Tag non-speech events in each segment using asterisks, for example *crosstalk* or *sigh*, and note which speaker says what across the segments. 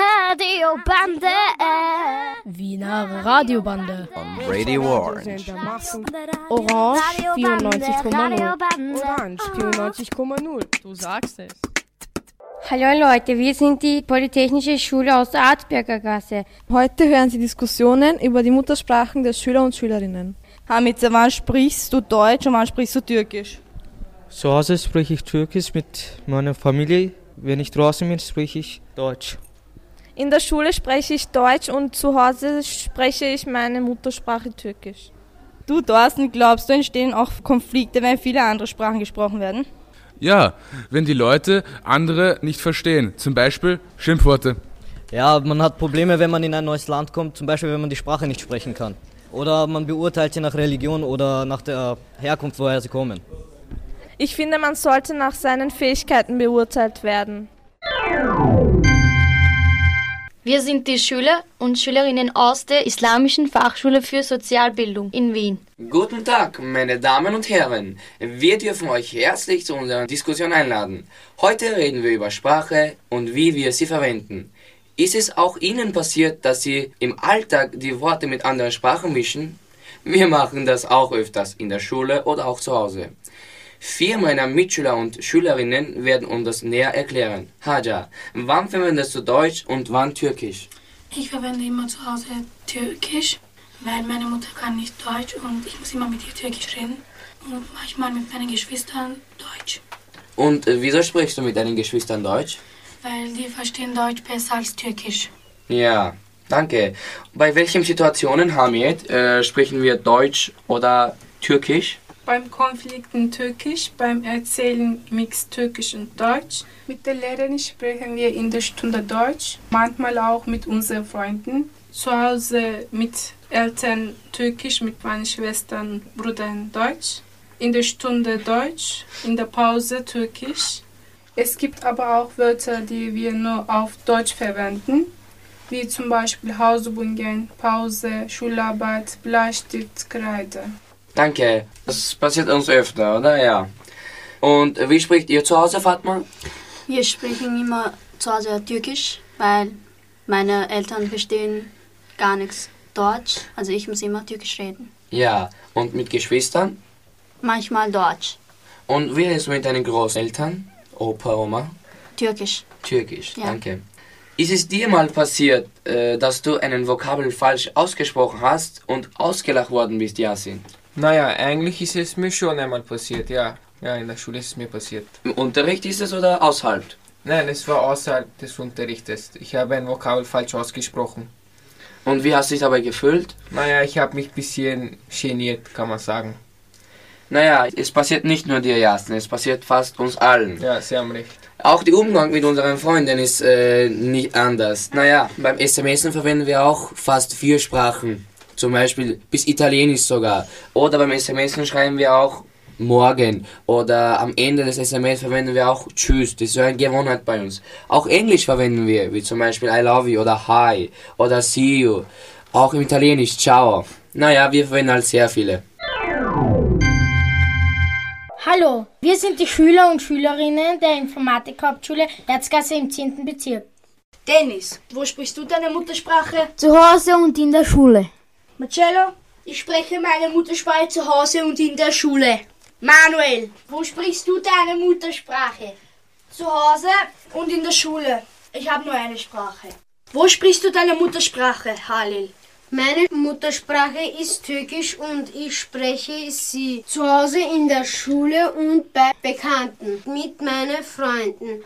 Speaker 1: Radiobande.
Speaker 2: Wiener Radiobande.
Speaker 3: on Radio Orange.
Speaker 2: Orange 94,0.
Speaker 1: Radiobande.
Speaker 4: Orange 94,0.
Speaker 5: Du sagst es.
Speaker 6: Hallo Leute, wir sind die Polytechnische Schule aus der Artberger Gasse.
Speaker 7: Heute hören Sie Diskussionen über die Muttersprachen der Schüler und Schülerinnen.
Speaker 8: Hamid, wann sprichst du Deutsch und wann sprichst du Türkisch?
Speaker 9: Zu Hause spreche ich Türkisch mit meiner Familie. Wenn ich draußen bin, spreche ich Deutsch.
Speaker 10: In der Schule spreche ich Deutsch und zu Hause spreche ich meine Muttersprache Türkisch.
Speaker 8: Du, Thorsten, glaubst du, entstehen auch Konflikte, wenn viele andere Sprachen gesprochen werden?
Speaker 11: Ja, wenn die Leute andere nicht verstehen. Zum Beispiel Schimpfworte.
Speaker 12: Ja, man hat Probleme, wenn man in ein neues Land kommt, zum Beispiel wenn man die Sprache nicht sprechen kann. Oder man beurteilt sie nach Religion oder nach der Herkunft, woher sie kommen.
Speaker 10: Ich finde, man sollte nach seinen Fähigkeiten beurteilt werden.
Speaker 13: Wir sind die Schüler und Schülerinnen aus der Islamischen Fachschule für Sozialbildung in Wien.
Speaker 14: Guten Tag, meine Damen und Herren. Wir dürfen euch herzlich zu unserer Diskussion einladen. Heute reden wir über Sprache und wie wir sie verwenden. Ist es auch Ihnen passiert, dass Sie im Alltag die Worte mit anderen Sprachen mischen? Wir machen das auch öfters in der Schule oder auch zu Hause. Vier meiner Mitschüler und Schülerinnen werden uns das näher erklären. Haja, wann verwendest du Deutsch und wann Türkisch?
Speaker 15: Ich verwende immer zu Hause Türkisch, weil meine Mutter kann nicht Deutsch und ich muss immer mit ihr Türkisch reden und manchmal mit meinen Geschwistern Deutsch,
Speaker 14: Und äh, wieso sprichst du mit deinen Geschwistern Deutsch?
Speaker 15: weil die verstehen Deutsch besser als Türkisch.
Speaker 14: Ja, danke. Bei welchen Situationen, Hamid, äh, sprechen wir Deutsch oder Türkisch?
Speaker 16: Beim Konflikten Türkisch, beim Erzählen Mix Türkisch und Deutsch. Mit der Lehrerin sprechen wir in der Stunde Deutsch, manchmal auch mit unseren Freunden. Zu Hause mit Eltern Türkisch, mit meinen Schwestern und Brüdern Deutsch. In der Stunde Deutsch, in der Pause Türkisch. Es gibt aber auch Wörter, die wir nur auf Deutsch verwenden, wie zum Beispiel Hausübungen, Pause, Schularbeit, Bleistift, Kreide.
Speaker 14: Danke. Das passiert uns öfter, oder? Ja. Und äh, wie spricht ihr zu Hause, Fatma?
Speaker 17: Wir sprechen immer zu Hause Türkisch, weil meine Eltern verstehen gar nichts Deutsch. Also ich muss immer Türkisch reden.
Speaker 14: Ja. Und mit Geschwistern?
Speaker 17: Manchmal Deutsch,
Speaker 14: Und wie ist es mit deinen Großeltern? Opa, Oma?
Speaker 17: Türkisch.
Speaker 14: Türkisch,
Speaker 17: Ja.
Speaker 14: danke. Ist es dir mal passiert, äh, dass du einen Vokabel falsch ausgesprochen hast und ausgelacht worden bist, Yasin?
Speaker 18: Naja, eigentlich ist es mir schon einmal passiert, ja. Ja, in der Schule ist es mir passiert.
Speaker 14: Im Unterricht ist es oder außerhalb?
Speaker 18: Nein, es war außerhalb des Unterrichtes. Ich habe ein Vokabel falsch ausgesprochen.
Speaker 14: Und wie hast du dich dabei gefühlt?
Speaker 18: Naja, ich habe mich ein bisschen geniert, kann man sagen.
Speaker 14: Naja, es passiert nicht nur dir, Yasin, es passiert fast uns allen.
Speaker 18: Ja, Sie haben recht.
Speaker 14: Auch der Umgang mit unseren Freunden ist äh, nicht anders. Naja, beim SMSen verwenden wir auch fast vier Sprachen. Zum Beispiel bis Italienisch sogar. Oder beim SMSen schreiben wir auch morgen. Oder am Ende des SMS verwenden wir auch Tschüss. Das ist so eine Gewohnheit bei uns. Auch Englisch verwenden wir, wie zum Beispiel I love you oder Hi oder See you. Auch im Italienisch Ciao. Naja, wir verwenden halt sehr viele.
Speaker 2: Hallo, wir sind die Schüler und Schülerinnen der Informatik-Hauptschule Erzgasse im 10. Bezirk.
Speaker 19: Dennis, wo sprichst du deine Muttersprache?
Speaker 1: Zu Hause und in der Schule.
Speaker 19: Marcello? Ich spreche meine Muttersprache zu Hause und in der Schule. Manuel, wo sprichst du deine Muttersprache? Zu Hause und in der Schule. Ich habe nur eine Sprache. Wo sprichst du deine Muttersprache, Halil?
Speaker 20: Meine Muttersprache ist Türkisch und ich spreche sie zu Hause in der Schule und bei Bekannten mit meinen Freunden.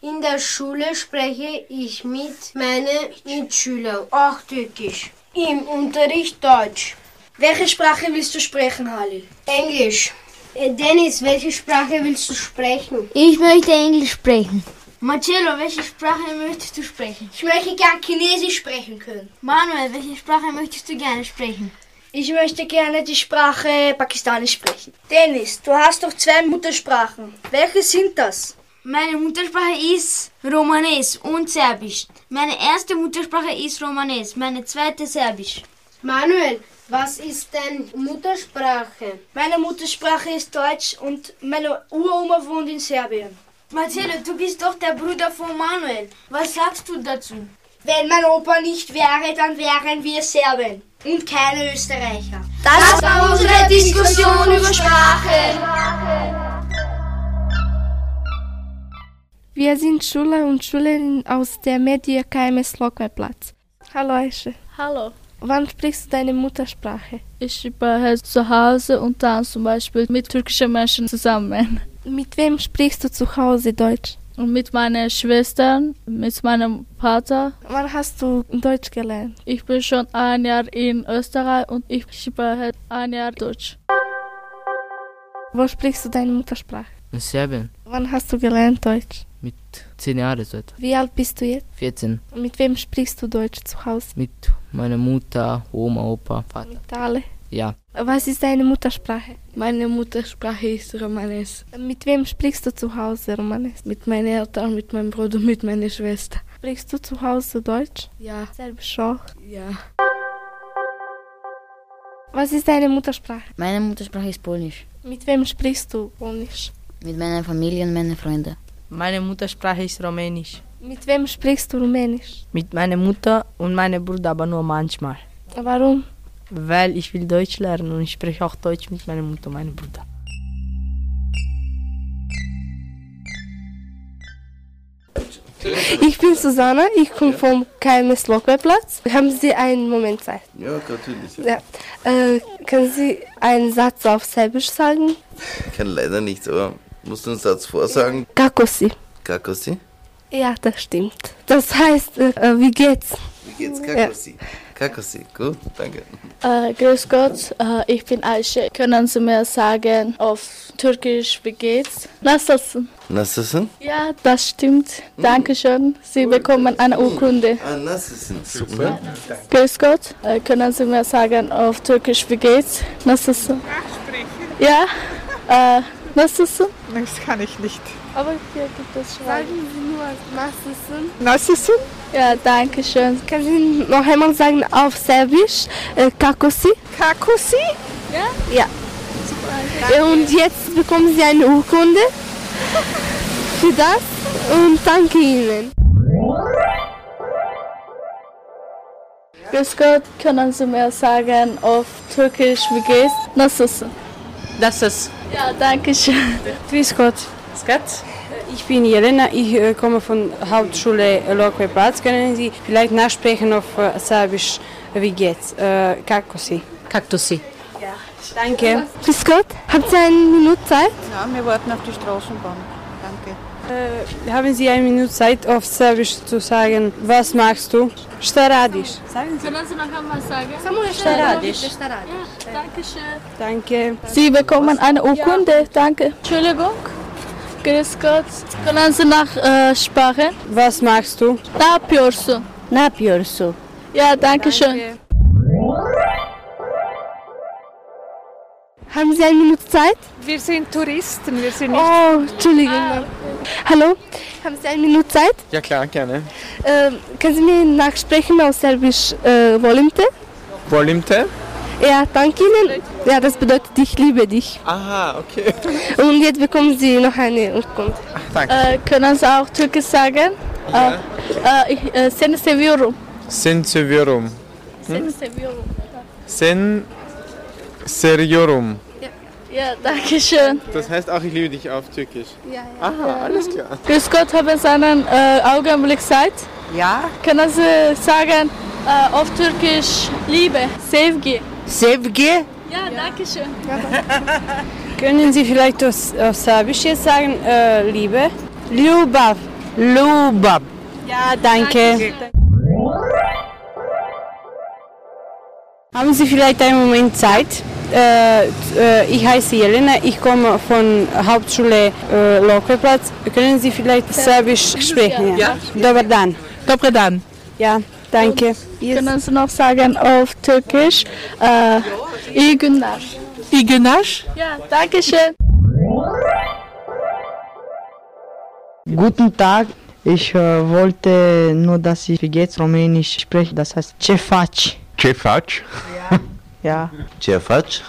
Speaker 20: In der Schule spreche ich mit meinen Mitschülern auch Türkisch. Im Unterricht Deutsch.
Speaker 19: Welche Sprache willst du sprechen, Halil?
Speaker 20: Englisch. Äh, Dennis, welche Sprache willst du sprechen?
Speaker 1: Ich möchte Englisch sprechen.
Speaker 20: Marcello, welche Sprache möchtest du sprechen? Ich möchte gern Chinesisch sprechen können. Manuel, welche Sprache möchtest du gerne sprechen?
Speaker 19: Ich möchte gerne die Sprache Pakistanisch sprechen. Dennis, du hast doch zwei Muttersprachen. Welche sind das?
Speaker 20: Meine Muttersprache ist Romanes und Serbisch. Meine erste Muttersprache ist Romanes, meine zweite Serbisch.
Speaker 19: Manuel, was ist deine Muttersprache? Meine Muttersprache ist Deutsch und meine Uroma wohnt in Serbien.
Speaker 20: Marcelo, du bist doch der Bruder von Manuel. Was sagst du dazu? Wenn mein Opa nicht wäre, dann wären wir Serben und keine Österreicher.
Speaker 21: Das war unsere Diskussion über Sprache.
Speaker 2: Wir sind Schüler und Schülerinnen aus der Mediakeime Slokwe-Platz. Hallo Aisha.
Speaker 15: Hallo.
Speaker 2: Wann sprichst du deine Muttersprache?
Speaker 15: Ich spreche zu Hause und dann zum Beispiel mit türkischen Menschen zusammen.
Speaker 2: Mit wem sprichst du zu Hause Deutsch?
Speaker 15: Und mit meinen Schwestern, mit meinem Vater.
Speaker 2: Wann hast du Deutsch gelernt?
Speaker 15: Ich bin schon ein Jahr in Österreich und ich spreche ein Jahr Deutsch.
Speaker 2: Wo sprichst du deine Muttersprache?
Speaker 22: In Serbien.
Speaker 2: Wann hast du gelernt Deutsch?
Speaker 22: Mit 10 Jahren so etwa.
Speaker 2: Wie alt bist du jetzt?
Speaker 22: 14.
Speaker 2: Mit wem sprichst du Deutsch zu Hause?
Speaker 22: Mit meiner Mutter, Oma, Opa, Vater.
Speaker 2: Mit alle.
Speaker 22: Ja.
Speaker 2: Was ist deine Muttersprache?
Speaker 23: Meine Muttersprache ist Romanes.
Speaker 2: Mit wem sprichst du zu Hause Romanes?
Speaker 23: Mit meinen Eltern, mit meinem Bruder, mit meiner Schwester.
Speaker 2: Sprichst du zu Hause Deutsch?
Speaker 23: Ja.
Speaker 2: Serbisch auch?
Speaker 23: Ja.
Speaker 2: Was ist deine Muttersprache?
Speaker 24: Meine Muttersprache ist Polnisch.
Speaker 2: Mit wem sprichst du Polnisch?
Speaker 24: Mit meiner Familie und meinen Freunden.
Speaker 25: Meine Muttersprache ist Rumänisch.
Speaker 2: Mit wem sprichst du Rumänisch?
Speaker 25: Mit meiner Mutter und meinem Bruder, aber nur manchmal.
Speaker 2: Warum?
Speaker 25: weil ich will Deutsch lernen und ich spreche auch Deutsch mit meiner Mutter und meinem Bruder.
Speaker 2: Ich bin Susanne, ich komme ja. vom KMS Lokweiplatz. Haben Sie einen Moment Zeit?
Speaker 26: Ja, natürlich.
Speaker 2: Ja. Äh, können Sie einen Satz auf Serbisch sagen?
Speaker 26: Ich kann leider nichts, aber musst du einen Satz vorsagen?
Speaker 2: Kakosi.
Speaker 26: Kakosi?
Speaker 2: Ja, das stimmt. Das heißt, äh, wie geht's?
Speaker 26: Wie geht's, Kakosi? Ja. Kakosi, gut, danke.
Speaker 15: Äh, grüß Gott, äh, ich bin Aisha. Können Sie mir sagen auf Türkisch, wie geht's? Nasılsın?
Speaker 26: Nasılsın?
Speaker 15: Ja, das stimmt. Hm. Dankeschön. Sie bekommen eine Urkunde.
Speaker 26: Ah, nasılsın? Super. Ja.
Speaker 15: Grüß Gott, äh, können Sie mir sagen auf Türkisch, wie geht's? Nasılsın? Ja, äh, nasılsın?
Speaker 27: Das kann ich nicht.
Speaker 15: Aber hier gibt es schon.
Speaker 2: Sagen Sie nur Nasılsın?
Speaker 27: Nasılsın?
Speaker 15: Ja, danke schön.
Speaker 2: Kann Sie noch einmal sagen auf Serbisch äh, Kakosi?
Speaker 27: Kakosi?
Speaker 15: Ja?
Speaker 2: Ja. Super, danke. Und jetzt bekommen Sie eine Urkunde für das und danke Ihnen.
Speaker 15: Grüß Gott, können Sie mir sagen auf Türkisch, wie geht's? Nasılsın?
Speaker 28: Das ist.
Speaker 15: Ja, danke schön.
Speaker 28: Grüß Gott. Ich bin Jelena, ich äh, komme von Hauptschule Lokwe Platz. Können Sie vielleicht nachsprechen auf äh, Serbisch? Äh, Wie geht's? Kako si? Kako si? Ja, danke.
Speaker 2: Grüß Gott. Habt ihr eine Minute Zeit?
Speaker 27: Ja, wir warten auf die Straßenbahn. Danke.
Speaker 28: Äh, haben Sie eine Minute Zeit, auf Serbisch zu sagen, was machst du? Staradisch.
Speaker 15: Sagen Sie. Können Sie noch einmal sagen?
Speaker 28: Staradisch.
Speaker 15: Ja, danke schön.
Speaker 28: Danke.
Speaker 15: Sie bekommen eine Urkunde. Ja. Danke. Entschuldigung. Grüß Gott. Können Sie nach äh, Sprache?
Speaker 28: Was machst du?
Speaker 15: Ne yapıyorsun?
Speaker 28: Ne yapıyorsun?
Speaker 15: Ja, danke schön.
Speaker 2: Haben Sie eine Minute Zeit?
Speaker 27: Wir sind Touristen, wir sind nicht...
Speaker 2: Oh, Entschuldigung. Ah, okay. Hallo, haben Sie eine Minute Zeit?
Speaker 27: Ja klar, gerne.
Speaker 2: Äh, können Sie mir nachsprechen auf Serbisch äh, Volimte?
Speaker 27: Volimte?
Speaker 2: Ja, danke Ihnen. Ja, das bedeutet, ich liebe dich.
Speaker 27: Aha, okay.
Speaker 2: *laughs* Und jetzt bekommen Sie noch eine Urkunde.
Speaker 27: Ach, danke. Äh,
Speaker 15: können Sie auch Türkisch sagen?
Speaker 27: Ja.
Speaker 15: Äh, ich, äh, seni seviyorum.
Speaker 27: Sen seviyorum.
Speaker 15: Hm? Seni seviyorum.
Speaker 27: Sen seriyorum.
Speaker 15: Ja. ja, danke schön.
Speaker 27: Das heißt auch, ich liebe dich auf Türkisch.
Speaker 15: Ja, ja.
Speaker 27: Aha, alles klar.
Speaker 15: Grüß Gott, haben Sie einen äh, Augenblick Zeit?
Speaker 27: Ja.
Speaker 15: Können Sie sagen äh, auf Türkisch Liebe, Sevgi?
Speaker 28: Sevgi?
Speaker 15: Ja, danke schön.
Speaker 28: Können Sie vielleicht aus, auf Serbisch jetzt sagen, äh, Liebe? Ljubav. Ljubav. Ja, danke. danke Haben Sie vielleicht einen Moment Zeit? Äh, ich heiße Jelena, ich komme von Hauptschule äh, Lokoplatz. Können Sie vielleicht Serbisch sprechen?
Speaker 27: Ja.
Speaker 28: Dobar dan.
Speaker 27: Dobar dan.
Speaker 28: Ja. Danke.
Speaker 15: Yes. Können Sie noch sagen auf Türkisch? Äh, iyi günler.
Speaker 27: İyi günler.
Speaker 15: Ja, danke schön.
Speaker 29: Guten Tag. Ich äh, wollte nur, dass ich jetzt Rumänisch spreche. Das heißt, ce faci?
Speaker 30: Ce faci?
Speaker 29: *laughs* Ja.
Speaker 31: Ja.
Speaker 32: Ciafatsch?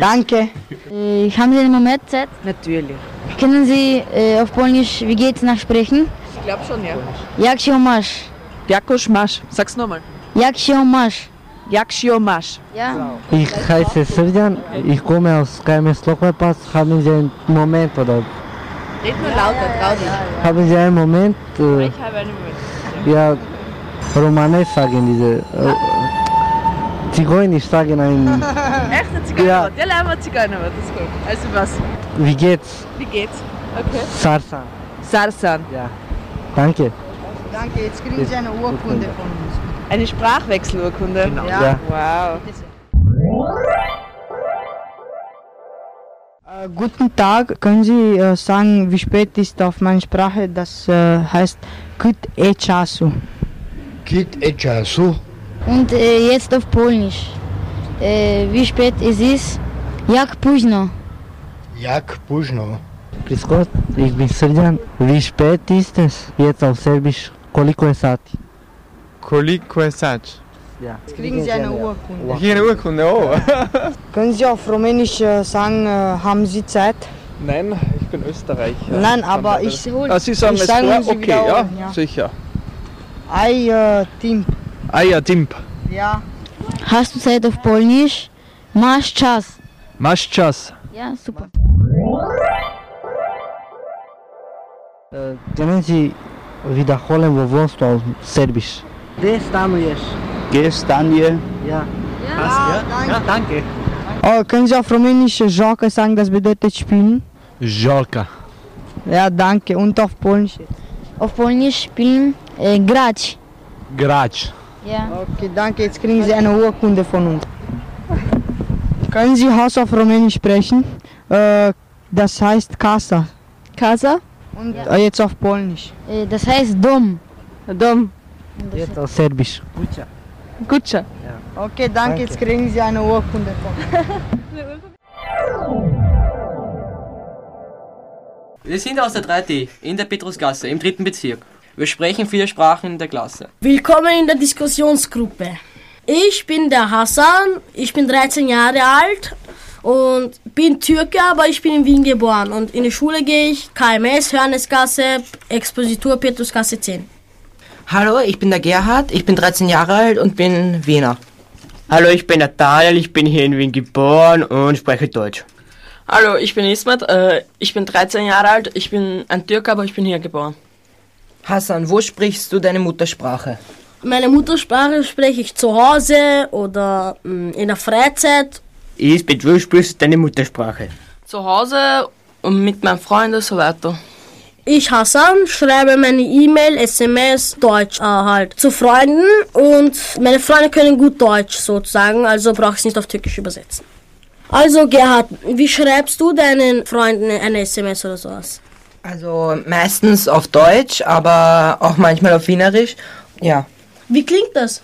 Speaker 29: Danke.
Speaker 20: Äh, haben Sie einen Moment Zeit?
Speaker 33: Natürlich.
Speaker 20: Können Sie äh, auf Polnisch wie geht's nachsprechen?
Speaker 33: Ich glaube schon, ja.
Speaker 20: Jak się masz?
Speaker 33: Jak się masz? Sag's nochmal.
Speaker 20: Jak się masz?
Speaker 33: Jak się masz?
Speaker 20: Ja.
Speaker 34: Ich heiße Serjan, ich komme aus Kaimerslokwepass. Haben Sie einen Moment oder
Speaker 33: Red nur lauter, draußen.
Speaker 34: haben Sie einen Moment? Äh,
Speaker 33: Ich habe einen Moment.
Speaker 34: ja, Romanes sagen diese. Äh, Zigeuner sagen ein.
Speaker 33: *laughs* Echte Zigeunerwort. Ja, lernen wir Zigeunerwort, das ist gut. Also was?
Speaker 34: Wie geht's?
Speaker 33: Wie geht's? Okay.
Speaker 34: Sarsan.
Speaker 33: Sarsan.
Speaker 34: Ja. Danke.
Speaker 33: Danke, jetzt
Speaker 34: kriegen Sie eine Urkunde
Speaker 33: von uns. Eine Sprachwechselurkunde? Genau.
Speaker 34: Ja.
Speaker 33: Wow.
Speaker 29: Äh, Guten Tag, können Sie äh, sagen, wie spät ist auf meiner Sprache? Das äh, heißt Küt e czasu.
Speaker 35: Kit e czasu?
Speaker 20: Und äh, jetzt auf Polnisch. Äh, wie spät es ist? Jak późno?
Speaker 34: Jak późno? Grüß Gott, ich bin Serjan. Wie spät ist es jetzt auf Serbisch? Koliko je sati?
Speaker 27: Koliko je sač?
Speaker 34: Ja.
Speaker 29: Jetzt kriegen Sie eine Urkunde.
Speaker 27: Ich eine Urkunde, oh.
Speaker 34: *laughs*
Speaker 29: Können Sie auf Rumänisch äh, sagen, äh, haben Sie Zeit?
Speaker 34: Nein, ich bin Österreicher.
Speaker 29: Nein, aber
Speaker 34: Von der-
Speaker 29: ich hol-
Speaker 34: Ah, Sie sagen
Speaker 29: ich
Speaker 34: es
Speaker 29: sagen,
Speaker 34: vor?
Speaker 29: Sie
Speaker 34: Okay, ja,
Speaker 29: wiederholen, ja.
Speaker 34: sicher.
Speaker 29: Ei, äh, Tim.
Speaker 34: Ah ja, Dimp.
Speaker 29: Ja.
Speaker 20: Hast du Zeit auf Polnisch? Masz czas.
Speaker 34: Maschas.
Speaker 20: Ja, super.
Speaker 34: Äh, Können Sie wiederholen, wo wohnst du auf Serbisch?
Speaker 29: Gde stanuješ?
Speaker 34: Gestanje.
Speaker 29: Ja.
Speaker 34: Ja, ja, danke.
Speaker 29: Oh, können Sie auf Rumänisch äh, Joker sagen, das bedeutet spielen?
Speaker 34: Jolka.
Speaker 29: Ja, danke. Und auf Polnisch?
Speaker 20: Auf Polnisch spielen äh, grać.
Speaker 34: Gratsch.
Speaker 20: Ja.
Speaker 29: Okay, danke. Jetzt kriegen Sie eine Urkunde von uns. Können Sie Haus auf Rumänisch sprechen? Äh, das heißt Casa.
Speaker 20: Casa?
Speaker 29: Und äh, jetzt auf Polnisch.
Speaker 20: Äh, das heißt Dom.
Speaker 29: Dom.
Speaker 34: Jetzt auf Serbisch.
Speaker 29: Gutsche. Okay, danke. Jetzt kriegen Sie eine Urkunde von
Speaker 20: *laughs*
Speaker 29: uns.
Speaker 36: Wir sind aus der 3D in der Petrusgasse im dritten Bezirk. Wir sprechen vier Sprachen in der Klasse.
Speaker 3: Willkommen in der Diskussionsgruppe. Ich bin der Hassan, ich bin 13 Jahre alt und bin Türke, aber ich bin in Wien geboren. Und in die Schule gehe ich KMS, Hörnesgasse, Expositur, Petrusgasse 10.
Speaker 37: Hallo, ich bin der Gerhard, ich bin 13 Jahre alt und bin Wiener. Hallo, ich bin Nathaniel, ich bin hier in Wien geboren und spreche Deutsch.
Speaker 6: Hallo, ich bin Ismet, äh, ich bin 13 Jahre alt, ich bin ein Türke, aber ich bin hier geboren.
Speaker 37: Hassan, wo sprichst du deine Muttersprache?
Speaker 3: Meine Muttersprache spreche ich zu Hause oder mh, in der Freizeit.
Speaker 37: Isbeth, wo sprichst du deine Muttersprache?
Speaker 6: Zu Hause und mit meinen Freunden so weiter.
Speaker 3: Ich, Hassan, schreibe meine E-Mail, SMS, Deutsch äh, halt zu Freunden und meine Freunde können gut Deutsch sozusagen, also brauche ich es nicht auf Türkisch übersetzen. Also Gerhard, wie schreibst du deinen Freunden eine SMS oder sowas?
Speaker 37: Also meistens auf Deutsch, aber auch manchmal auf Wienerisch. Ja,
Speaker 3: Wie klingt das?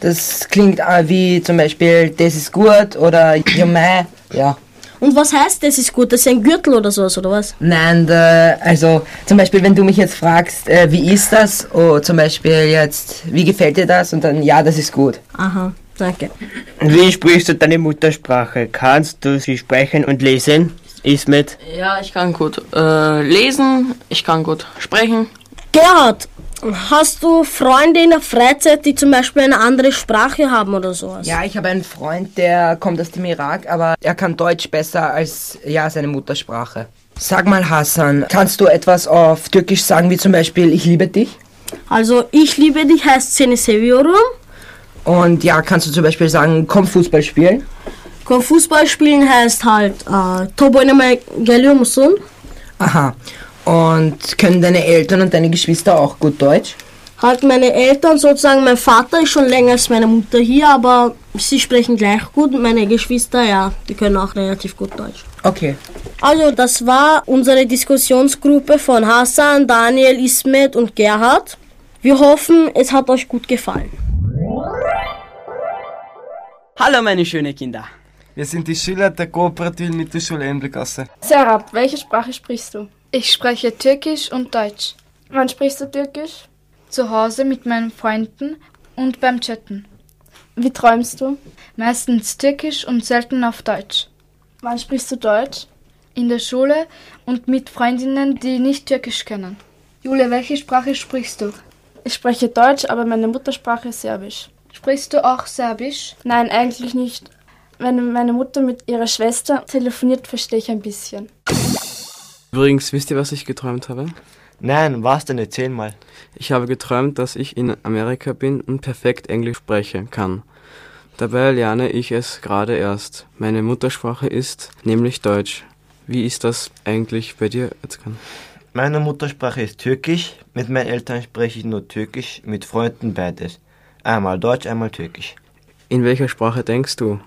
Speaker 37: das klingt äh, wie zum Beispiel, das ist gut oder Jumai. Ja.
Speaker 3: Und was heißt, das ist gut? Das ist ein Gürtel oder sowas, oder was?
Speaker 37: Nein, da, also zum Beispiel, wenn du mich jetzt fragst, äh, wie ist das? Oh, zum Beispiel jetzt, wie gefällt dir das? Und dann, ja, das ist gut.
Speaker 3: Aha, danke.
Speaker 12: Wie sprichst du deine Muttersprache? Kannst du sie sprechen und lesen? Ismet?
Speaker 6: Ja, ich kann gut äh, lesen, ich kann gut sprechen.
Speaker 3: Gerhard, hast du Freunde in der Freizeit, die zum Beispiel eine andere Sprache haben oder sowas?
Speaker 37: Ja, ich habe einen Freund, der kommt aus dem Irak, aber er kann Deutsch besser als, ja, seine Muttersprache. Sag mal, Hassan, kannst du etwas auf Türkisch sagen, wie zum Beispiel, ich liebe dich?
Speaker 3: Also, ich liebe dich heißt Seni Seviyorum.
Speaker 37: Und ja, kannst du zum Beispiel sagen, komm Fußball spielen?
Speaker 3: Komm, Fußball spielen heißt halt äh, Top oynamaya geliyor musun?
Speaker 37: Aha. Und können deine Eltern und deine Geschwister auch gut Deutsch?
Speaker 3: Halt meine Eltern sozusagen, mein Vater ist schon länger als meine Mutter hier, aber sie sprechen gleich gut. Meine Geschwister, ja, die können auch relativ gut Deutsch.
Speaker 37: Okay.
Speaker 3: Also, das war unsere Diskussionsgruppe von Hassan, Daniel, Ismet und Gerhard. Wir hoffen, es hat euch gut gefallen.
Speaker 12: Hallo meine schönen Kinder.
Speaker 38: Wir sind die Schüler der Kooperativen Mittelschule Embelgasse.
Speaker 15: Serap, welche Sprache sprichst du? Ich spreche Türkisch und Deutsch. Wann sprichst du Türkisch? Zu Hause mit meinen Freunden und beim Chatten.
Speaker 39: Wie träumst du? Meistens Türkisch und selten auf Deutsch. Wann sprichst du Deutsch? In der Schule und mit Freundinnen, die nicht Türkisch kennen. Jule, welche Sprache sprichst du?
Speaker 40: Ich spreche Deutsch, aber meine Muttersprache ist Serbisch.
Speaker 39: Sprichst du auch Serbisch?
Speaker 40: Nein, eigentlich nicht. Wenn meine Mutter mit ihrer Schwester telefoniert, verstehe ich ein bisschen.
Speaker 1: Übrigens, wisst ihr, was ich geträumt habe? Nein, was denn? Erzähl mal. Ich habe geträumt, dass ich in Amerika bin und perfekt Englisch spreche kann. Dabei lerne ich es gerade erst. Meine Muttersprache ist nämlich Deutsch. Wie ist das eigentlich bei dir, Özkan?
Speaker 21: Meine Muttersprache ist Türkisch. Mit meinen Eltern spreche ich nur Türkisch, mit Freunden beides. Einmal Deutsch, einmal Türkisch.
Speaker 1: In welcher Sprache denkst du?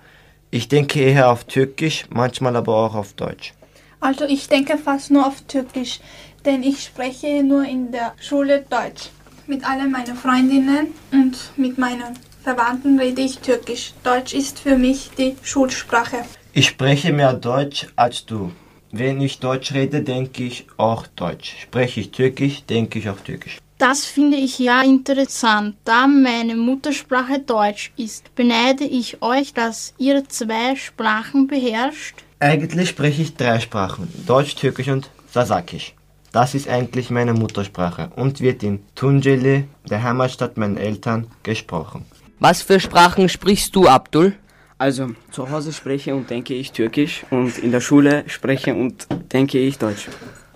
Speaker 21: Ich denke eher auf Türkisch, manchmal aber auch auf Deutsch.
Speaker 14: Also ich denke fast nur auf Türkisch, denn ich spreche nur in der Schule Deutsch. Mit allen meinen Freundinnen und mit meinen Verwandten rede ich Türkisch. Deutsch ist für mich die Schulsprache.
Speaker 21: Ich spreche mehr Deutsch als du. Wenn ich Deutsch rede, denke ich auch Deutsch. Spreche ich Türkisch, denke ich auch Türkisch.
Speaker 41: Das finde ich ja interessant. Da meine Muttersprache Deutsch ist, beneide ich euch, dass ihr zwei Sprachen beherrscht.
Speaker 21: Eigentlich spreche ich drei Sprachen, Deutsch, Türkisch und Sasakisch. Das ist eigentlich meine Muttersprache und wird in Tunceli, der Heimatstadt meiner Eltern, gesprochen.
Speaker 16: Was für Sprachen sprichst du, Abdul?
Speaker 12: Also, zu Hause spreche und denke ich Türkisch und in der Schule spreche und denke ich Deutsch.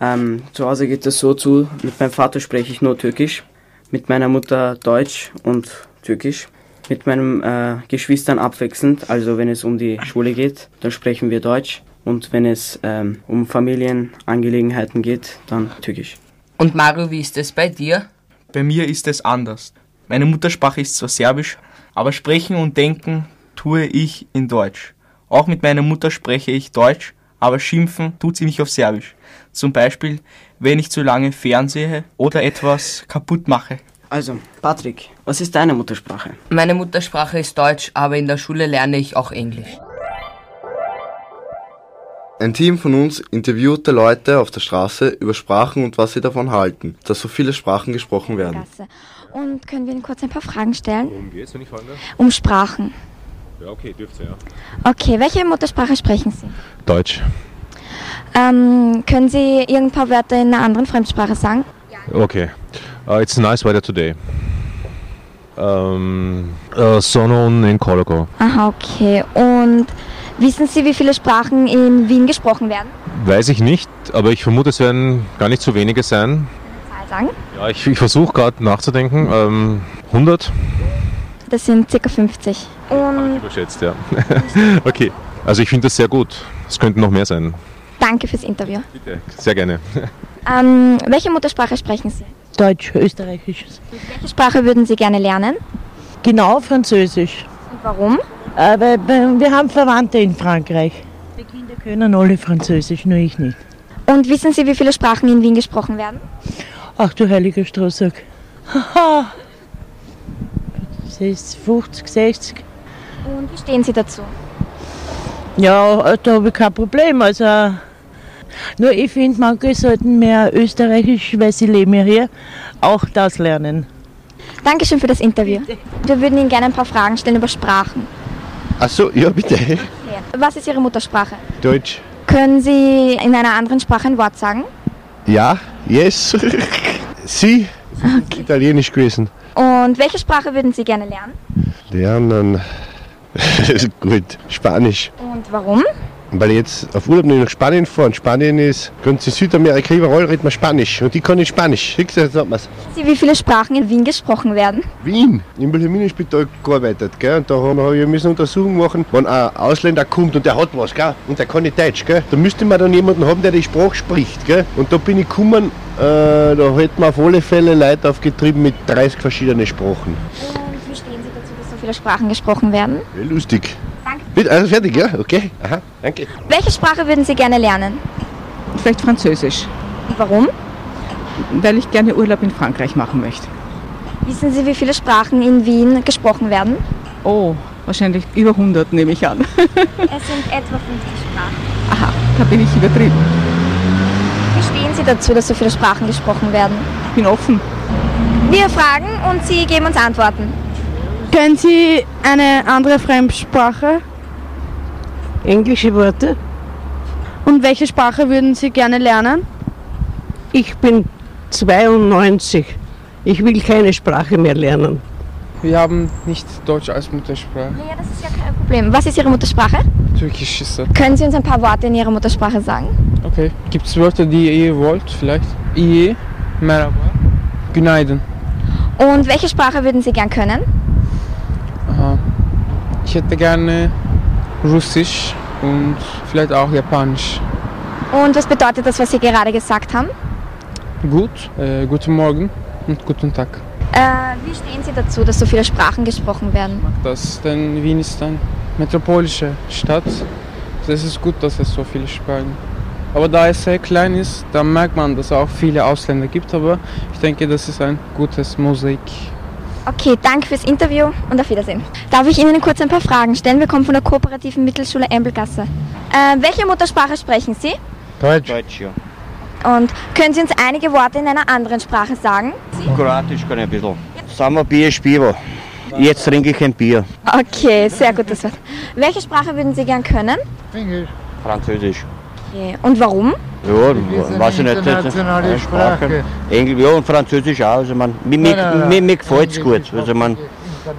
Speaker 12: Ähm, zu Hause geht es so zu, mit meinem Vater spreche ich nur Türkisch, mit meiner Mutter Deutsch und Türkisch, mit meinen äh, Geschwistern abwechselnd, also wenn es um die Schule geht, dann sprechen wir Deutsch und wenn es ähm, um Familienangelegenheiten geht, dann Türkisch.
Speaker 16: Und Mario, wie ist es bei dir?
Speaker 20: Bei mir ist es anders. Meine Muttersprache ist zwar Serbisch, aber sprechen und denken tue ich in Deutsch. Auch mit meiner Mutter spreche ich Deutsch, aber schimpfen tut sie mich auf Serbisch. Zum Beispiel, wenn ich zu lange fernsehe oder etwas kaputt mache.
Speaker 12: Also, Patrick, was ist deine Muttersprache?
Speaker 16: Meine Muttersprache ist Deutsch, aber in der Schule lerne ich auch Englisch.
Speaker 42: Ein Team von uns interviewte Leute auf der Straße über Sprachen und was sie davon halten, dass so viele Sprachen gesprochen werden.
Speaker 22: Und können wir Ihnen kurz ein paar Fragen stellen?
Speaker 43: Worum geht's, wenn ich fragen darf?
Speaker 22: Um Sprachen.
Speaker 43: Ja, okay, dürfte, ja.
Speaker 22: Okay, welche Muttersprache sprechen Sie?
Speaker 43: Deutsch.
Speaker 22: Ähm, können Sie irgendein paar Wörter in einer anderen Fremdsprache sagen?
Speaker 43: Okay. Uh, it's nice weather today. Um, uh, sono un incoloco.
Speaker 22: Aha, okay. Und wissen Sie, wie viele Sprachen in Wien gesprochen werden?
Speaker 43: Weiß ich nicht, aber ich vermute, es werden gar nicht zu wenige sein.
Speaker 22: Zahl sagen?
Speaker 43: Ja, ich, ich versuche gerade nachzudenken. Ähm, 100?
Speaker 22: Das sind ca. 50.
Speaker 43: Und überschätzt, ja. *laughs* okay. Also ich finde das sehr gut. Es könnten noch mehr sein.
Speaker 22: Danke fürs Interview.
Speaker 43: Bitte, sehr gerne.
Speaker 22: Ähm, welche Muttersprache sprechen Sie?
Speaker 44: Deutsch, Österreichisch.
Speaker 22: Welche Sprache würden Sie gerne lernen?
Speaker 44: Genau Französisch.
Speaker 22: Und warum?
Speaker 44: Äh, weil, weil wir haben Verwandte in Frankreich. Die Kinder können alle Französisch, nur ich nicht.
Speaker 22: Und wissen Sie, wie viele Sprachen in Wien gesprochen werden?
Speaker 44: Ach du heiliger Strohsack. Haha. 50, 60.
Speaker 22: Und wie stehen Sie dazu?
Speaker 44: Ja, äh, da habe ich kein Problem. Also, nur ich finde, manche sollten mehr Österreichisch, weil sie leben ja hier, auch das lernen.
Speaker 22: Dankeschön für das Interview. Wir würden Ihnen gerne ein paar Fragen stellen über Sprachen.
Speaker 42: Ach so, ja bitte.
Speaker 22: Okay. Was ist Ihre Muttersprache?
Speaker 42: Deutsch.
Speaker 22: Können Sie in einer anderen Sprache ein Wort sagen?
Speaker 42: Ja, yes. Sie?
Speaker 22: Okay.
Speaker 42: Italienisch gewesen.
Speaker 22: Und welche Sprache würden Sie gerne lernen?
Speaker 42: Lernen. *laughs* Gut, Spanisch.
Speaker 22: Und warum?
Speaker 42: Weil ich jetzt auf Urlaub nicht nach Spanien fahre und Spanien ist, ganz in Südamerika überall redet man Spanisch und ich kann nicht Spanisch. Siehst du, jetzt hat man's.
Speaker 22: Sie, wie viele Sprachen in Wien gesprochen werden?
Speaker 42: Wien, im Wilhelminenspital gearbeitet, gell, und da haben hab ich müssen Untersuchungen machen, wenn ein Ausländer kommt und der hat was, gell, und der kann nicht Deutsch, gell, da müsste man dann jemanden haben, der die Sprache spricht, gell, und da bin ich gekommen, äh, da hätten wir auf alle Fälle Leute aufgetrieben mit 30 verschiedenen Sprachen.
Speaker 22: Und wie stehen Sie dazu, dass so viele Sprachen gesprochen werden?
Speaker 42: Ja, lustig.
Speaker 22: Danke.
Speaker 42: Bitte, also fertig, ja? Okay. Aha, danke.
Speaker 22: Welche Sprache würden Sie gerne lernen?
Speaker 45: Vielleicht Französisch,
Speaker 22: Und warum?
Speaker 45: weil ich gerne Urlaub in Frankreich machen möchte.
Speaker 22: Wissen Sie, wie viele Sprachen in Wien gesprochen werden?
Speaker 45: Oh, wahrscheinlich über 100 nehme ich an. *laughs*
Speaker 22: Es sind etwa 50 Sprachen.
Speaker 45: Aha, da bin ich übertrieben.
Speaker 22: Wie stehen Sie dazu, dass so viele Sprachen gesprochen werden?
Speaker 45: Ich bin offen.
Speaker 22: Wir fragen und Sie geben uns Antworten.
Speaker 2: Können Sie eine andere Fremdsprache?
Speaker 12: Englische Worte.
Speaker 2: Und welche Sprache würden Sie gerne lernen?
Speaker 12: Ich bin 92. Ich will keine Sprache mehr lernen.
Speaker 30: Wir haben nicht Deutsch als Muttersprache.
Speaker 22: Ja, das ist ja kein Problem. Was ist Ihre Muttersprache?
Speaker 30: Türkisch ist das.
Speaker 22: Können Sie uns ein paar Worte in Ihrer Muttersprache sagen?
Speaker 30: Okay. Gibt es Wörter, die ihr eh wollt vielleicht?
Speaker 34: E?
Speaker 30: İyi, merhaba, günaydın.
Speaker 22: Und welche Sprache würden Sie gern können?
Speaker 30: Aha. Ich hätte gerne Russisch und vielleicht auch Japanisch.
Speaker 22: Und was bedeutet das, was Sie gerade gesagt haben?
Speaker 30: Gut, äh, guten Morgen und guten Tag.
Speaker 22: Äh, wie stehen Sie dazu, dass so viele Sprachen gesprochen werden?
Speaker 30: Das, denn Wien ist eine metropolische Stadt. Es ist gut, dass es so viele Sprachen aber da es sehr klein ist, dann merkt man, dass es auch viele Ausländer gibt. Aber ich denke, das ist ein gutes Mosaik.
Speaker 22: Okay, danke fürs Interview und auf Wiedersehen. Darf ich Ihnen kurz ein paar Fragen stellen? Wir kommen von der kooperativen Mittelschule Embelgasse. Äh, welche Muttersprache sprechen Sie?
Speaker 32: Deutsch. Deutsch, ja.
Speaker 22: Und können Sie uns einige Worte in einer anderen Sprache sagen?
Speaker 32: Kroatisch kann ich ein bisschen. ne Samo Bier Spivo. Jetzt trinke ich ein Bier.
Speaker 22: Okay, sehr gut, das Wort. Welche Sprache würden Sie gern können?
Speaker 32: Englisch. Französisch.
Speaker 22: Okay. Und warum?
Speaker 32: Ja,
Speaker 46: ist eine
Speaker 32: weiß ich nicht.
Speaker 46: internationale
Speaker 32: äh,
Speaker 46: Sprache.
Speaker 32: Englisch, ja, und Französisch auch. Also man, mir
Speaker 22: Nein,
Speaker 32: mir,
Speaker 22: nein, nein.
Speaker 32: mir, mir gefällt es gut, also man,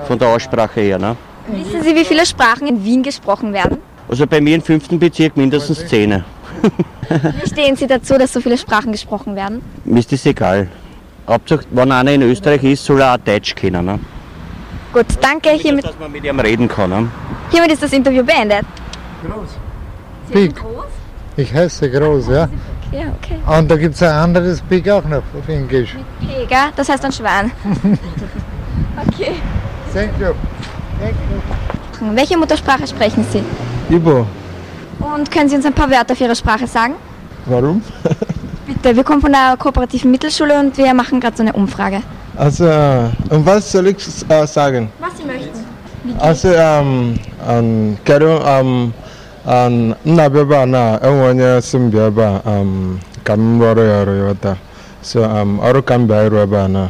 Speaker 32: von der Aussprache her. Ne?
Speaker 22: Wissen Sie, wie viele Sprachen in Wien gesprochen werden?
Speaker 32: Also bei mir im fünften Bezirk mindestens zehn.
Speaker 22: Wie stehen Sie dazu, dass so viele Sprachen gesprochen werden?
Speaker 32: Mir ist das egal. Hauptsache, wenn einer in Österreich ist, soll er auch Deutsch kennen. Ne?
Speaker 22: Gut, danke. Hiermit,
Speaker 32: Dass man mit ihm reden kann. Ne?
Speaker 22: hiermit ist das Interview beendet.
Speaker 46: Big. Ich heiße Groß, ja.
Speaker 22: Ja, okay.
Speaker 46: Und da gibt es ein anderes Big auch noch auf Englisch.
Speaker 22: Okay, gell? Das heißt ein
Speaker 46: *laughs*
Speaker 22: Schwan. Okay.
Speaker 46: Thank you.
Speaker 22: Welche Muttersprache sprechen Sie?
Speaker 46: Ibo.
Speaker 22: Und können Sie uns ein paar Wörter auf Ihre Sprache sagen?
Speaker 46: Warum?
Speaker 22: Bitte, wir kommen von der kooperativen Mittelschule und wir machen gerade so eine Umfrage.
Speaker 46: Also, und was soll ich äh, sagen?
Speaker 22: Was Sie möchten.
Speaker 46: Also, ähm, ähm, kero, ähm, ähm, nna bịa ebe a na enwe onye si m bịa ebe a um, ka m rụọrọ ya ọrụ ya ụta so um, ọrụ ka m bịa ịrụ ebe a na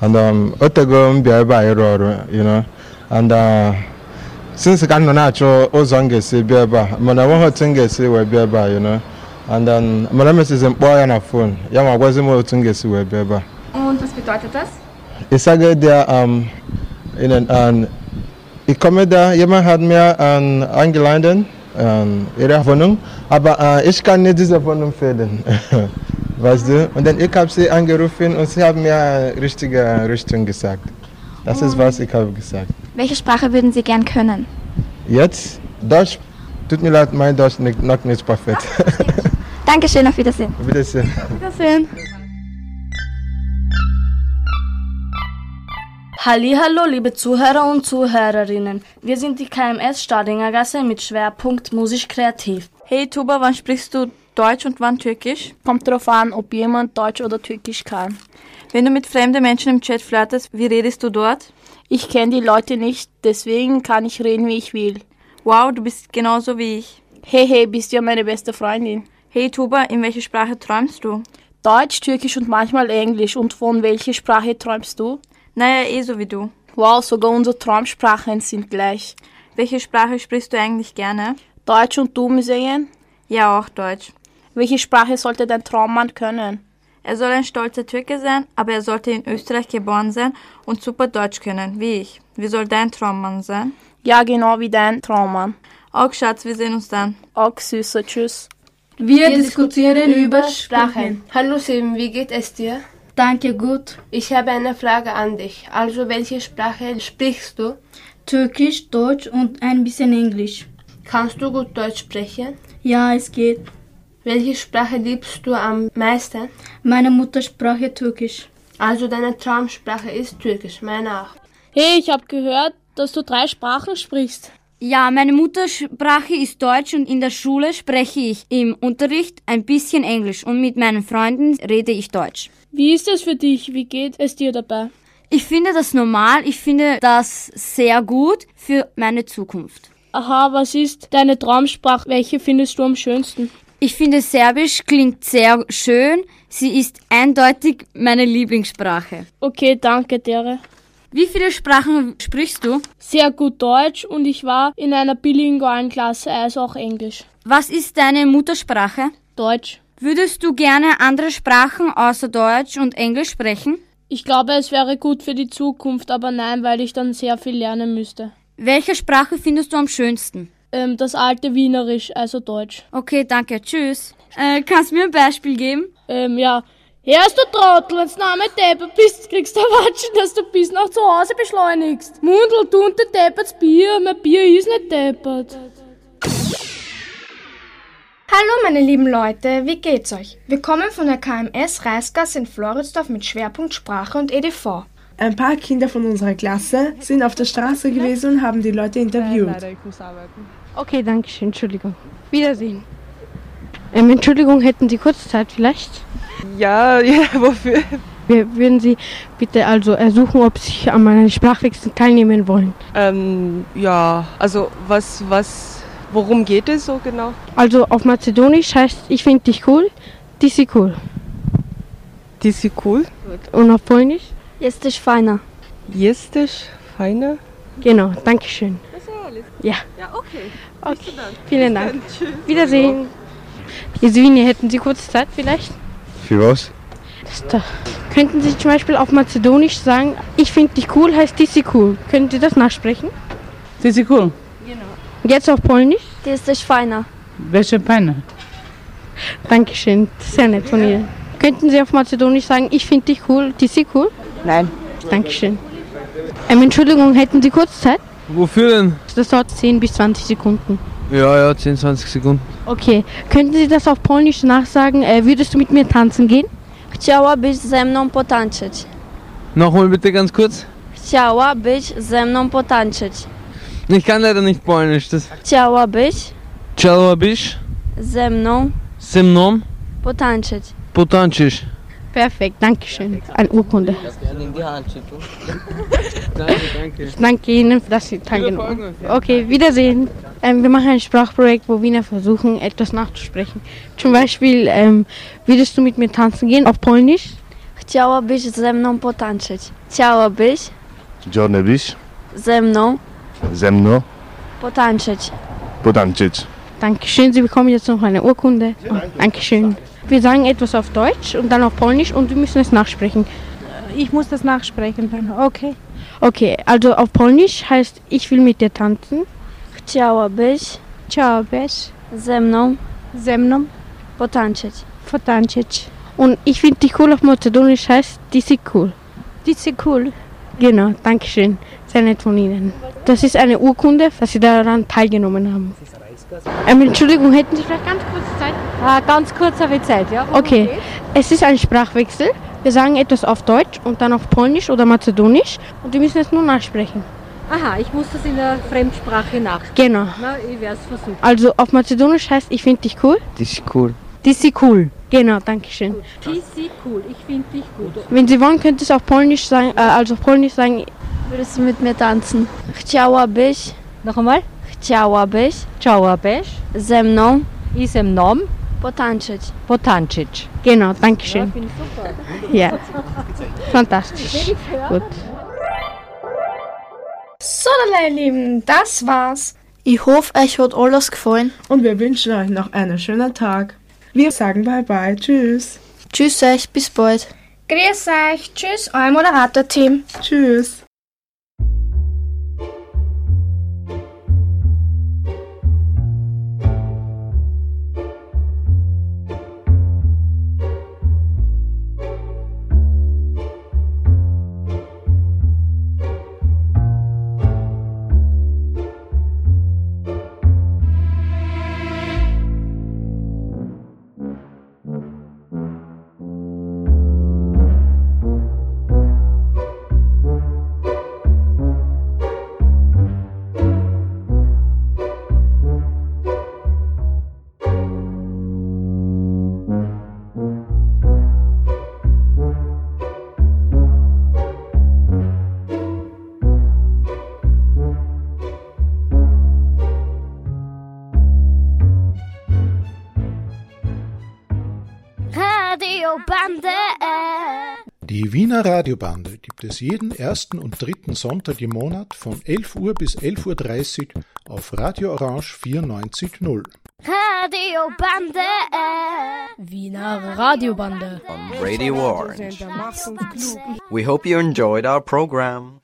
Speaker 46: and um, o tego m bịa ebe a ịrụ ọrụ you know and uh, since ka m nọ na-achọ ụzọ m ga-esi bịa ebe a mana enweghị otu m ga-esi wee bịa ebe a you know and um, mana emesizi m kpọọ ya na fon ya ma gwazi m otu m ga-esi wee bịa ebe a
Speaker 22: Und was bedeutet das?
Speaker 46: Isage der ähm, in den, an, ich komme da, jemand hat mir an, eingeladen, an ihre Wohnung, aber äh, ich kann nicht diese Wohnung finden. *laughs* weißt du? Und dann ich habe sie angerufen und sie haben mir äh, richtige Richtung gesagt. Das ist, was ich habe gesagt.
Speaker 22: Welche Sprache würden Sie gern können?
Speaker 46: Jetzt, Deutsch, tut mir leid, mein Deutsch nicht, noch nicht perfekt. *laughs*
Speaker 22: Dankeschön, auf Wiedersehen.
Speaker 46: Bitte schön.
Speaker 2: Wiedersehen.
Speaker 47: Hallo, liebe Zuhörer und Zuhörerinnen. Wir sind die KMS Stadingergasse mit Schwerpunkt Musisch kreativ.
Speaker 10: Hey Tuba, wann sprichst du Deutsch und wann Türkisch? Kommt drauf an, ob jemand Deutsch oder Türkisch kann. Wenn du mit fremden Menschen im Chat flirtest, wie redest du dort? Ich kenne die Leute nicht, deswegen kann ich reden, wie ich will. Wow, du bist genauso wie ich. Hey, hey, bist ja meine beste Freundin. Hey Tuba, in welcher Sprache träumst du? Deutsch, Türkisch und manchmal Englisch. Und von welcher Sprache träumst du? Naja, eh so wie du. Wow, sogar unsere Traumsprachen sind gleich. Welche Sprache sprichst du eigentlich gerne? Deutsch und du, singen? Ja, auch Deutsch. Welche Sprache sollte dein Traummann können? Er soll ein stolzer Türke sein, aber er sollte in Österreich geboren sein und super Deutsch können, wie ich. Wie soll dein Traummann sein? Ja, genau wie dein Traummann. Auch Schatz, wir sehen uns dann. Auch Süßer, tschüss.
Speaker 15: Wir diskutieren über Sprachen. Hallo Sim, wie geht es dir? Danke gut. Ich habe eine Frage an dich. Also welche Sprache sprichst du?
Speaker 48: Türkisch, Deutsch und ein bisschen Englisch.
Speaker 15: Kannst du gut Deutsch sprechen?
Speaker 48: Ja, es geht.
Speaker 15: Welche Sprache liebst du am meisten?
Speaker 48: Meine Muttersprache Türkisch.
Speaker 15: Also deine Traumsprache ist Türkisch, meine auch.
Speaker 49: Hey, ich habe gehört, dass du drei Sprachen sprichst.
Speaker 24: Ja, meine Muttersprache ist Deutsch und in der Schule spreche ich im Unterricht ein bisschen Englisch und mit meinen Freunden rede ich Deutsch.
Speaker 49: Wie ist es für dich? Wie geht es dir dabei?
Speaker 24: Ich finde das normal, ich finde das sehr gut für meine Zukunft.
Speaker 49: Aha, was ist deine Traumsprache? Welche findest du am schönsten?
Speaker 24: Ich finde Serbisch klingt sehr schön, sie ist eindeutig meine Lieblingssprache.
Speaker 49: Okay, danke, Dere.
Speaker 24: Wie viele Sprachen sprichst du? Sehr gut Deutsch und ich war in einer bilingualen Klasse, also auch Englisch.
Speaker 50: Was ist deine Muttersprache?
Speaker 24: Deutsch.
Speaker 50: Würdest du gerne andere Sprachen außer Deutsch und Englisch sprechen?
Speaker 24: Ich glaube, es wäre gut für die Zukunft, aber nein, weil ich dann sehr viel lernen müsste.
Speaker 50: Welche Sprache findest du am schönsten?
Speaker 24: Ähm, das alte Wienerisch, also Deutsch.
Speaker 50: Okay, danke, tschüss. Äh, kannst du mir ein Beispiel geben?
Speaker 24: Ähm, ja. Erst du Trottel, wenn's Name Deppert bist, kriegst du ein Watschen, dass du bis nach zu Hause beschleunigst. Mundel, du und der Deppert's Bier, mein Bier ist nicht deppert.
Speaker 51: Hallo meine lieben Leute, wie geht's euch? Wir kommen von der KMS Reisgasse in Floridsdorf mit Schwerpunkt Sprache und E EDV.
Speaker 15: Ein paar Kinder von unserer Klasse sind auf der Straße gewesen und haben die Leute interviewt.
Speaker 2: Also, ich muss arbeiten.
Speaker 15: Okay, danke schön, Entschuldigung.
Speaker 2: Wiedersehen. Ähm, Entschuldigung, hätten Sie kurz Zeit vielleicht?
Speaker 11: Ja, *laughs* ja, wofür?
Speaker 2: Wir würden Sie bitte also ersuchen, ob Sie sich an meinem Sprachwechsel teilnehmen wollen.
Speaker 11: Ähm, ja, also was, was, worum geht es so genau?
Speaker 2: Also auf Mazedonisch heißt ich finde dich cool, ti si cool.
Speaker 11: Ti si cool?
Speaker 2: Und auf Polnisch?
Speaker 40: Jesteś fajna.
Speaker 11: Jesteś fajna?
Speaker 2: Genau, danke schön. Ja.
Speaker 11: Ja, okay.
Speaker 2: Okay, vielen Dank. Wiedersehen. Jesuine, hätten Sie kurz Zeit vielleicht?
Speaker 42: Für was?
Speaker 2: Da. Könnten Sie zum Beispiel auf Mazedonisch sagen, ich finde dich cool, heißt Tisi cool. Können Sie das nachsprechen? Genau.
Speaker 11: Tisi cool.
Speaker 2: Jetzt auf Polnisch?
Speaker 40: Ty jesteś fajna.
Speaker 2: Welche Peine? Dankeschön, sehr nett von Ihnen. Könnten Sie auf Mazedonisch sagen, ich finde dich cool, Tisi cool? Nein. Dankeschön. Ähm, Entschuldigung, hätten Sie kurz Zeit?
Speaker 11: Wofür denn?
Speaker 2: Das dauert 10 bis 20 Sekunden.
Speaker 11: Ja, ja, 10, 20 Sekunden.
Speaker 2: Okay, könnten Sie das auf Polnisch nachsagen? Äh, würdest du mit mir tanzen gehen?
Speaker 40: Chciałabyś ze mną potańczyć.
Speaker 11: Nochmal bitte ganz kurz.
Speaker 40: Chciałabyś ze mną potańczyć.
Speaker 11: Ich kann leider nicht Polnisch. Das
Speaker 40: Chciałabyś
Speaker 11: Chciałabyś
Speaker 40: ze mną
Speaker 11: ze mną
Speaker 40: potańczyć.
Speaker 11: potańczyć?
Speaker 2: Perfekt, Dankeschön. Eine Urkunde.
Speaker 11: danke, danke.
Speaker 2: Ich danke Ihnen, dass Sie teilgenommen haben. Okay, Wiedersehen. Ähm, wir machen ein Sprachprojekt, wo Wiener versuchen, etwas nachzusprechen. Zum Beispiel, ähm, würdest du mit mir tanzen gehen auf Polnisch?
Speaker 40: Chciałabyś ze mną potańczyć. Chciałabyś
Speaker 42: Johnny Bisch,
Speaker 40: ze mną
Speaker 42: Semno,
Speaker 40: potańczyć.
Speaker 42: Budancic.
Speaker 2: Dankeschön, Sie bekommen jetzt noch eine Urkunde. Oh, Dankeschön. Wir sagen etwas auf Deutsch und dann auf Polnisch und wir müssen es nachsprechen.
Speaker 17: Äh, Ich muss das nachsprechen dann. Okay.
Speaker 2: Okay, also auf Polnisch heißt, ich will mit dir tanzen.
Speaker 40: Chciałabyś
Speaker 17: Chciałabyś
Speaker 40: ze mną
Speaker 17: ze mną
Speaker 40: potańczyć.
Speaker 17: potańczyć.
Speaker 2: Und ich finde dich cool auf Mazedonisch heißt, die sind cool.
Speaker 17: Die sind cool.
Speaker 2: Genau, danke schön. Sehr nett von Ihnen. Das ist eine Urkunde, dass Sie daran teilgenommen haben. Ähm, Entschuldigung, hätten Sie vielleicht ganz kurz Zeit?
Speaker 17: Ah, ganz kurz habe ich Zeit, ja? Worum
Speaker 2: Okay,
Speaker 17: geht's?
Speaker 2: es ist ein Sprachwechsel. Wir sagen etwas auf Deutsch und dann auf Polnisch oder Mazedonisch und die müssen es nur nachsprechen.
Speaker 17: Aha, ich muss das in der Fremdsprache nachsprechen.
Speaker 2: Genau.
Speaker 17: Na, ich werde es versuchen.
Speaker 2: Also auf Mazedonisch heißt, ich finde dich cool.
Speaker 11: Das ist cool.
Speaker 2: Die sind cool. Genau, danke schön.
Speaker 17: Die sind cool. Ich finde dich gut.
Speaker 2: Wenn Sie wollen, könnt ihr es auf Polnisch sagen, äh, also auf Polnisch sagen,
Speaker 40: Würdest du mit mir tanzen? Chciałabyś
Speaker 17: Noch einmal.
Speaker 40: Chciałabyś
Speaker 17: Chciałabyś
Speaker 40: ze mną
Speaker 17: i ze mną
Speaker 40: potańczyć. No,
Speaker 17: potańczyć.
Speaker 2: genau, danke schön.
Speaker 17: Finde ich super.
Speaker 2: Ja, fantastisch. Gut.
Speaker 51: So, meine Lieben, das war's.
Speaker 15: Ich hoffe, euch hat alles gefallen. Und wir wünschen euch noch einen schönen Tag. Wir sagen bye bye. Tschüss. Tschüss euch, bis bald.
Speaker 51: Grüß euch. Tschüss, euer Moderator-Team.
Speaker 15: Tschüss.
Speaker 25: Die Wiener Radiobande gibt es jeden ersten und dritten Sonntag im Monat von 11 Uhr bis 11.30 Uhr auf Radio Orange 94.0.
Speaker 1: Radiobande. Wiener Radiobande.
Speaker 26: Radio Orange. We hope you enjoyed our program.